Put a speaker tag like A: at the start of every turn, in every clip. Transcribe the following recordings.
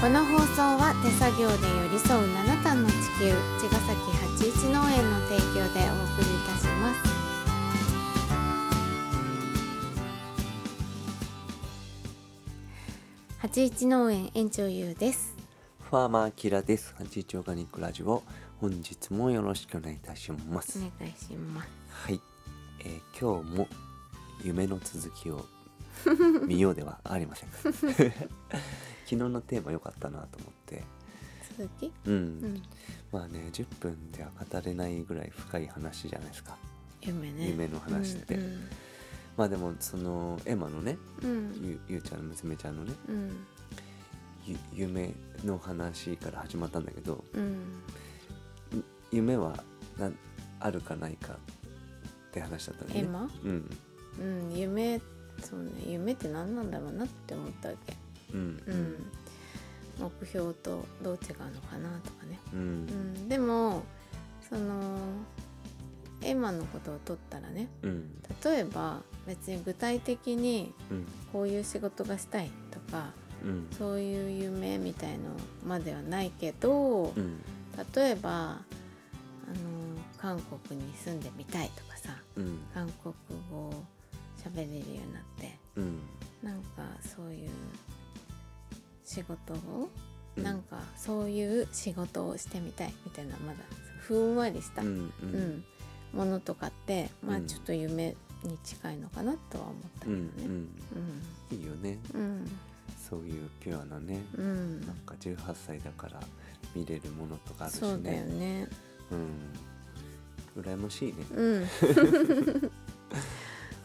A: この放送は手作業で寄り添う七段の地球茅ヶ崎八一農園の提供でお送りいたします八一農園園長ゆうです
B: ファーマーキラです。八一オーガニックラジオ。本日もよろしくお願いいたしま
A: お
B: す。
A: 願いします
B: はい、えー今日も夢の続 きを見ようではありません。 昨日のテーマ良かったなと思って。
A: 続き
B: うん。
A: うん
B: まあね、10分では語れないぐらい深い話じゃないですか。
A: 夢ね
B: 夢の話って
A: うん
B: まあでもそのエマのね、
A: うん
B: ゆゆうちゃんの娘ちゃんのね、
A: うん
B: ゆ夢の話から始まったんだけど、
A: うん
B: 夢はなんあるかないかって話だったのね
A: エマ
B: うん
A: うん夢そうね夢って何なんだろうなって思ったわけ
B: うん
A: うん目標とどう違うのかなとかね、
B: う
A: うんん、でもそのエマのことを取ったらね
B: うん
A: 例えば別に具体的に
B: うん
A: こういう仕事がしたいとか
B: うん
A: そういう夢みたいのまではないけど
B: うん
A: 例えばあの韓国に住んでみたいとかさ
B: うん
A: 韓国語を喋れるようになって
B: うん
A: なんかそういう仕事を、
B: うん
A: なんかそういう仕事をしてみたいみたいなまだふんわりした、
B: う
A: うん
B: んう
A: うんんものとかってまあ
B: うん
A: ちょっと夢に近いのかなとは思ったけ
B: う
A: ど
B: んう
A: ね。
B: ん
A: うん
B: いいよね
A: うん
B: そういうピュアなね
A: うん
B: なんか18歳だから見れるものとかあるし
A: そうだよ
B: ね
A: ね。
B: うん羨ましいね
A: うん。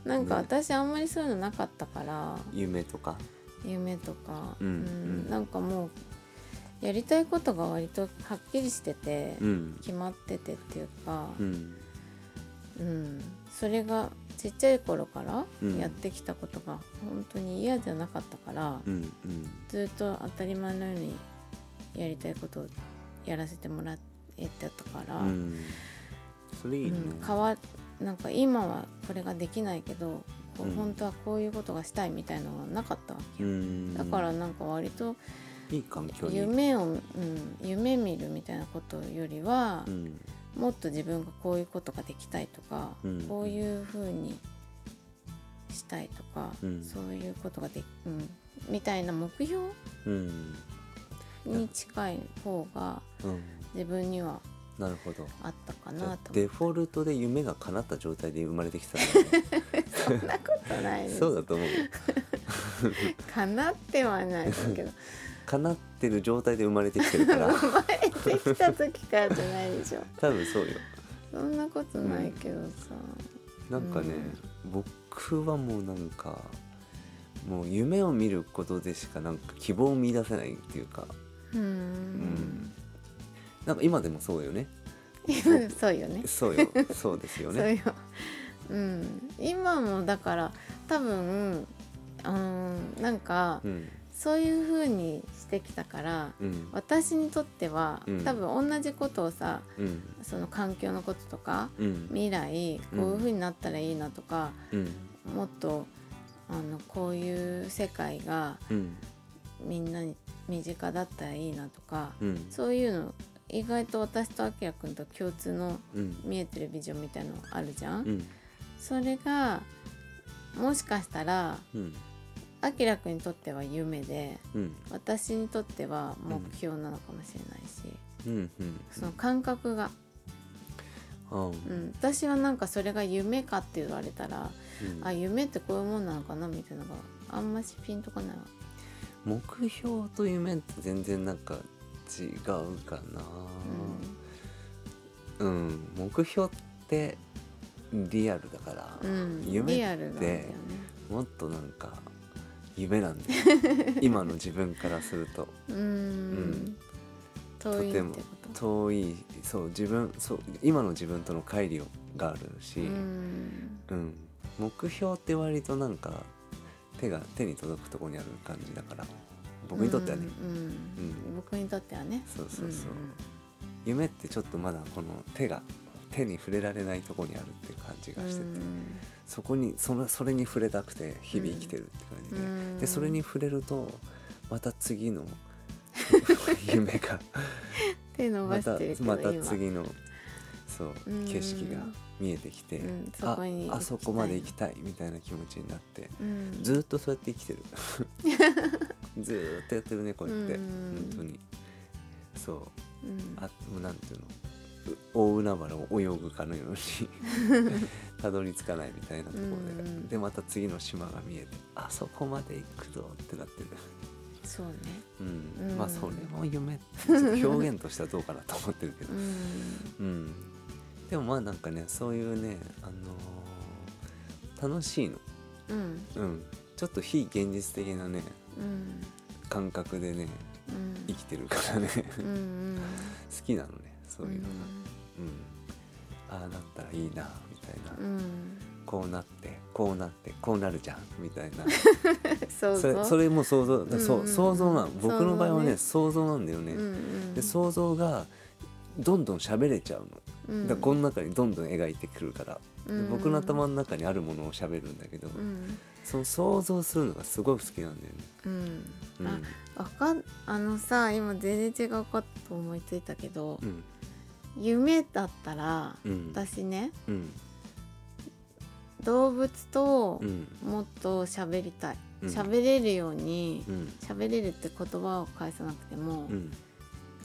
A: なんか私あんまりそういうのなかったから、
B: 夢とか
A: 夢とか、
B: うんうん
A: なんかもうやりたいことが割とはっきりしてて、
B: うん
A: 決まっててっていうか、
B: うん
A: うん、それがちっちゃい頃から
B: うん
A: やってきたことが本当に嫌じゃなかったから、
B: うんうん
A: ずっと当たり前のようにやりたいことをやらせてもらえてたから、う
B: う
A: ん
B: んそれいいね
A: 変わなんか今はこれができないけどこう
B: うん
A: 本当はこういうことがしたいみたいのがなかったわけ
B: う
A: よ、
B: ん
A: だからなんか割と
B: いい環境に
A: 夢を、うん、夢見るみたいなことよりは
B: う、ん
A: もっと自分がこういうことができたいとか、
B: うん
A: こういうふうにしたいとか、
B: うん
A: そういうことができ、うん、みたいな目標
B: うん
A: に近い方が
B: うん
A: 自分には
B: なるほど
A: あったか
B: じゃ
A: な
B: あ
A: と思
B: デ
A: う
B: フォルトで夢が叶った状態で生まれてきたんだね
A: そんなことないです
B: そうだと思うよ
A: かなってはないです けど
B: 叶ってる状態で生まれてきてるから
A: 生まれてきた時からじゃないでしょ
B: 多分そうよ
A: そんなことないけどさ、
B: なんかね、僕はもうなんかもう夢を見ることでしかなんか希望を見出せないっていうか、
A: うー
B: うん
A: ん、
B: なんか今でもそうよね
A: そうよね
B: そうよそうですよ
A: そう
B: ね
A: よ、 うん、今もだから多分うんなんか、
B: うん
A: そういう風にしてきたから
B: うん
A: 私にとっては、
B: うん
A: 多分同じことをさ
B: うん
A: その環境のこととか
B: うん
A: 未来こ
B: うん
A: ういう風になったらいいなとか、
B: うん
A: もっとあのこういう世界が
B: うん
A: みんなに身近だったらいいなとか、
B: うん
A: そういうの意外と私とあきらくんと共通の
B: うん
A: 見えてるビジョンみたいのあるじゃん
B: う、ん
A: それがもしかしたら
B: うん
A: あきらくんにとっては夢で
B: うん
A: 私にとっては目標なのかもしれないし、
B: うん
A: その感覚が、
B: うん
A: う
B: うん
A: ん、私はなんかそれが夢かって言われたら、
B: うん
A: あ夢ってこういうもんなのかなみたいなのがあんましピンとこないわ
B: 目標と夢って全然なんか違うかなうん、目標ってリアルだから、
A: うん、うん、
B: 夢
A: リアルなんだよね
B: もっとなんか夢なん で今の自分からすると
A: うん、
B: ん
A: 遠いって
B: とても
A: こと
B: 遠いそう自分そう今の自分との乖離があるし、
A: うん
B: うん目標って割となんか手が手に届くところにある感じだから僕にとってはね、
A: うん
B: うん
A: 僕にとってはね
B: そうそうそう、夢ってちょっとまだこの手が手に触れられないとこにあるっていう感じがしてて、
A: うん
B: そこにそのそれに触れたくて日々生きてるって感じで、
A: うん
B: でそれに触れるとまた次の夢が
A: 手伸ば
B: ま
A: し
B: た
A: てるけど
B: また
A: 今
B: 次のそう
A: うん
B: 景色が見えてきて、
A: うんそ
B: あ
A: こに
B: あそこまで行
A: き
B: きたいみたいな気持ちになって
A: うん
B: ずーっとそうやって生 きてるずーっとやってるねこうやって
A: うん
B: 本当にそう
A: うん
B: あもうなんていうのう大海原を泳ぐかのように たどり着かないみたいなところで、
A: うんうん
B: でまた次の島が見えてあそこまで行くぞってなってる、
A: そうね
B: うん
A: うん
B: まあそれも夢ちょっと表現としてはどうかなと思ってるけ ど
A: う、ん
B: うん、でもまあなんかねそういうね、あのー楽しいの、
A: うん
B: うん、ちょっと非現実的なね
A: うん
B: 感覚でね
A: うん
B: 生きてるか らね
A: うんうん
B: 好きなのねそういうのが。うん、ああなったらいいなみたいな、
A: うん
B: こうなってこうなってこうなるじゃんみたい な
A: 想像
B: それそれも想像だそう、
A: うんうんうん
B: 想像なの僕の場合はね想像なんだよ
A: う
B: ね、
A: んうん
B: で想像がどんどん喋れちゃうの、
A: うん
B: だからこの中にどんどん描いてくるから、で
A: うん
B: 僕の頭の中にあるものを喋るんだけど、
A: うん
B: その想像するのがすごい好きなんだよね、
A: うん
B: うん
A: あわかんあのさ今全然違うこと思いついたけど
B: うん
A: 夢だったら
B: うん
A: 私ね
B: うん
A: 動物と
B: うん
A: もっと喋りたい
B: うん
A: 喋れるように
B: うん
A: 喋れるって言葉を返さなくても
B: うん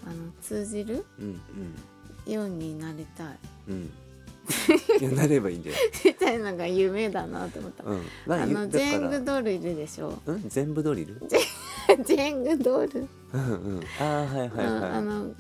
A: あの通じる
B: うんうん
A: ようになりたい
B: うんいやなればいいんじゃない
A: みたいなのが夢だなと思った
B: うん、
A: あ
B: ま
A: の
B: あ、だ
A: ジェ
B: か
A: ン
B: ら
A: グドールいるでしょ
B: うん、全部ドリル。
A: ジェングドール
B: うんうん、ああ、はいはい
A: うんあ
B: は
A: の
B: い。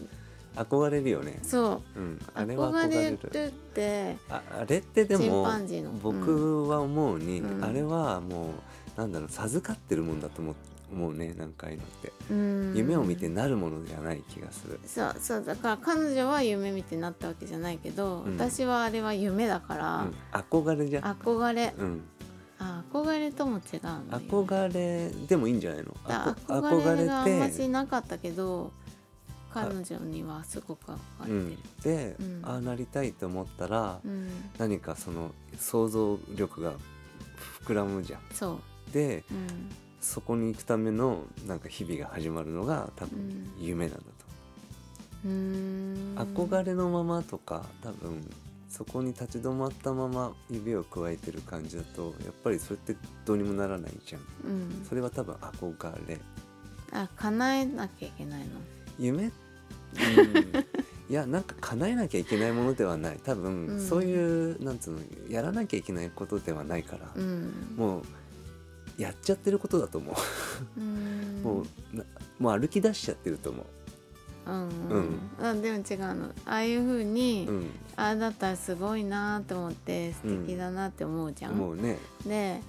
B: 憧れるよね。
A: そう
B: うん、あれは
A: 憧
B: 憧れ
A: れ
B: る。
A: るって
B: あ、あれってで
A: チン
B: も
A: パンジーの、
B: 僕は思うに、
A: うん
B: あれはもう、なんだろう、授かってるもんだと思う。思うね、なんかああいうのって、
A: うん
B: 夢を見てなるものではない気がする。
A: そうそうだから彼女は夢見てなったわけじゃないけど、
B: うん
A: 私はあれは夢だか
B: う
A: ら、
B: ん、憧れじゃん。
A: 憧れ
B: うん、
A: あ憧れとも違うのよ
B: 憧れでもいいんじゃないの。
A: だ
B: あこ
A: 憧れがあんま
B: 憧れ。
A: してなかったけど彼女にはすごく
B: う
A: 憧れ
B: ん
A: てる、
B: で、
A: うん
B: ああなりたいと思ったら、
A: うん、
B: 何かその想像力が膨らむじゃん。
A: そう
B: で
A: うん
B: そこに行くためのなんか日々が始まるのが多
A: うん
B: 分夢なんだ
A: うーん
B: と、憧れのままとか多分そこに立ち止まったまま指を加えてる感じだとやっぱりそれってどうにもならないじゃん
A: うん
B: それは多分憧れ
A: あ叶えなきゃいけないの
B: 夢、うんいやなんか叶えなきゃいけないものではない多分、
A: うん
B: そういうなんつうのやらなきゃいけないことではないから、
A: うん
B: もうやっちゃってることだと思う、
A: うん
B: もうなもう歩き出しちゃってると思
A: うんうん、あでも違うのああいう風に、
B: う、うん、
A: ああだったらすごいなと思って素敵だなって思うじゃん、
B: もうね
A: で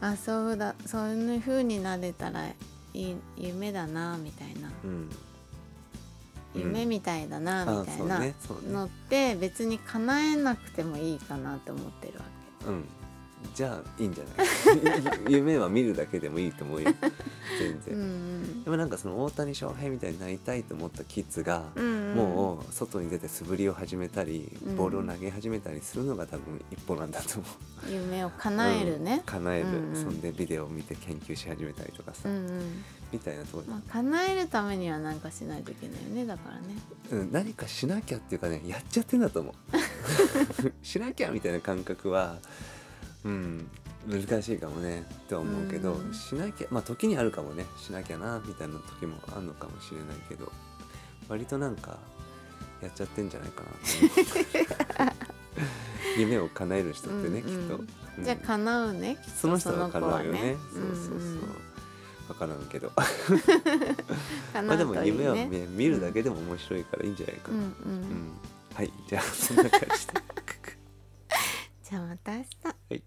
A: あそうだそういう風になれたらいい夢だなみたいな
B: うん、
A: 夢みたいだなみたいな
B: あそうねそうね
A: のって別に叶えなくてもいいかなと思ってるわ
B: うんじゃあいいんじゃない 夢は見るだけでもいいと思うよ全
A: け。う
B: 然、
A: ん
B: でもなんかその大谷翔平みたいになりたいと思ったキッズが、
A: うんうんうん、
B: もう外に出て素振りを始めたり
A: うん
B: ボールを投げ始めたりするのが多分一歩なんだと思う、
A: 夢を叶える
B: うん
A: ね。
B: 叶える、
A: うんうん
B: そんでビデオを見て研究し始めたりとか
A: う
B: さ、
A: んうん
B: みたいなところで
A: まあ、叶えるためには何かしないといけないよねだからね。
B: うん、何かしなきゃっていうかねやっちゃってんだと思 うしなきゃみたいな感覚はうん難しいかもねとは思うけど、
A: うん
B: しなきゃまあ時にあるかもねしなきゃなみたいな時もあるのかもしれないけど割となんかやっちゃってんじゃないかなと思う 夢を叶える人ってね、
A: うんうん
B: きっと、うん
A: じゃあ叶うねきっと
B: その人が
A: その子
B: 叶
A: は
B: うよね
A: ね
B: そうそうそう、
A: うんうん
B: 分からんけどま
A: 叶
B: あ
A: う
B: でも
A: といい
B: 夢は、ね
A: ね。
B: 見るだけでも面白いからいいんじゃないか
A: うん
B: な、
A: うん
B: はい、じゃあそんな感じで。
A: じゃあまた明日。
B: はい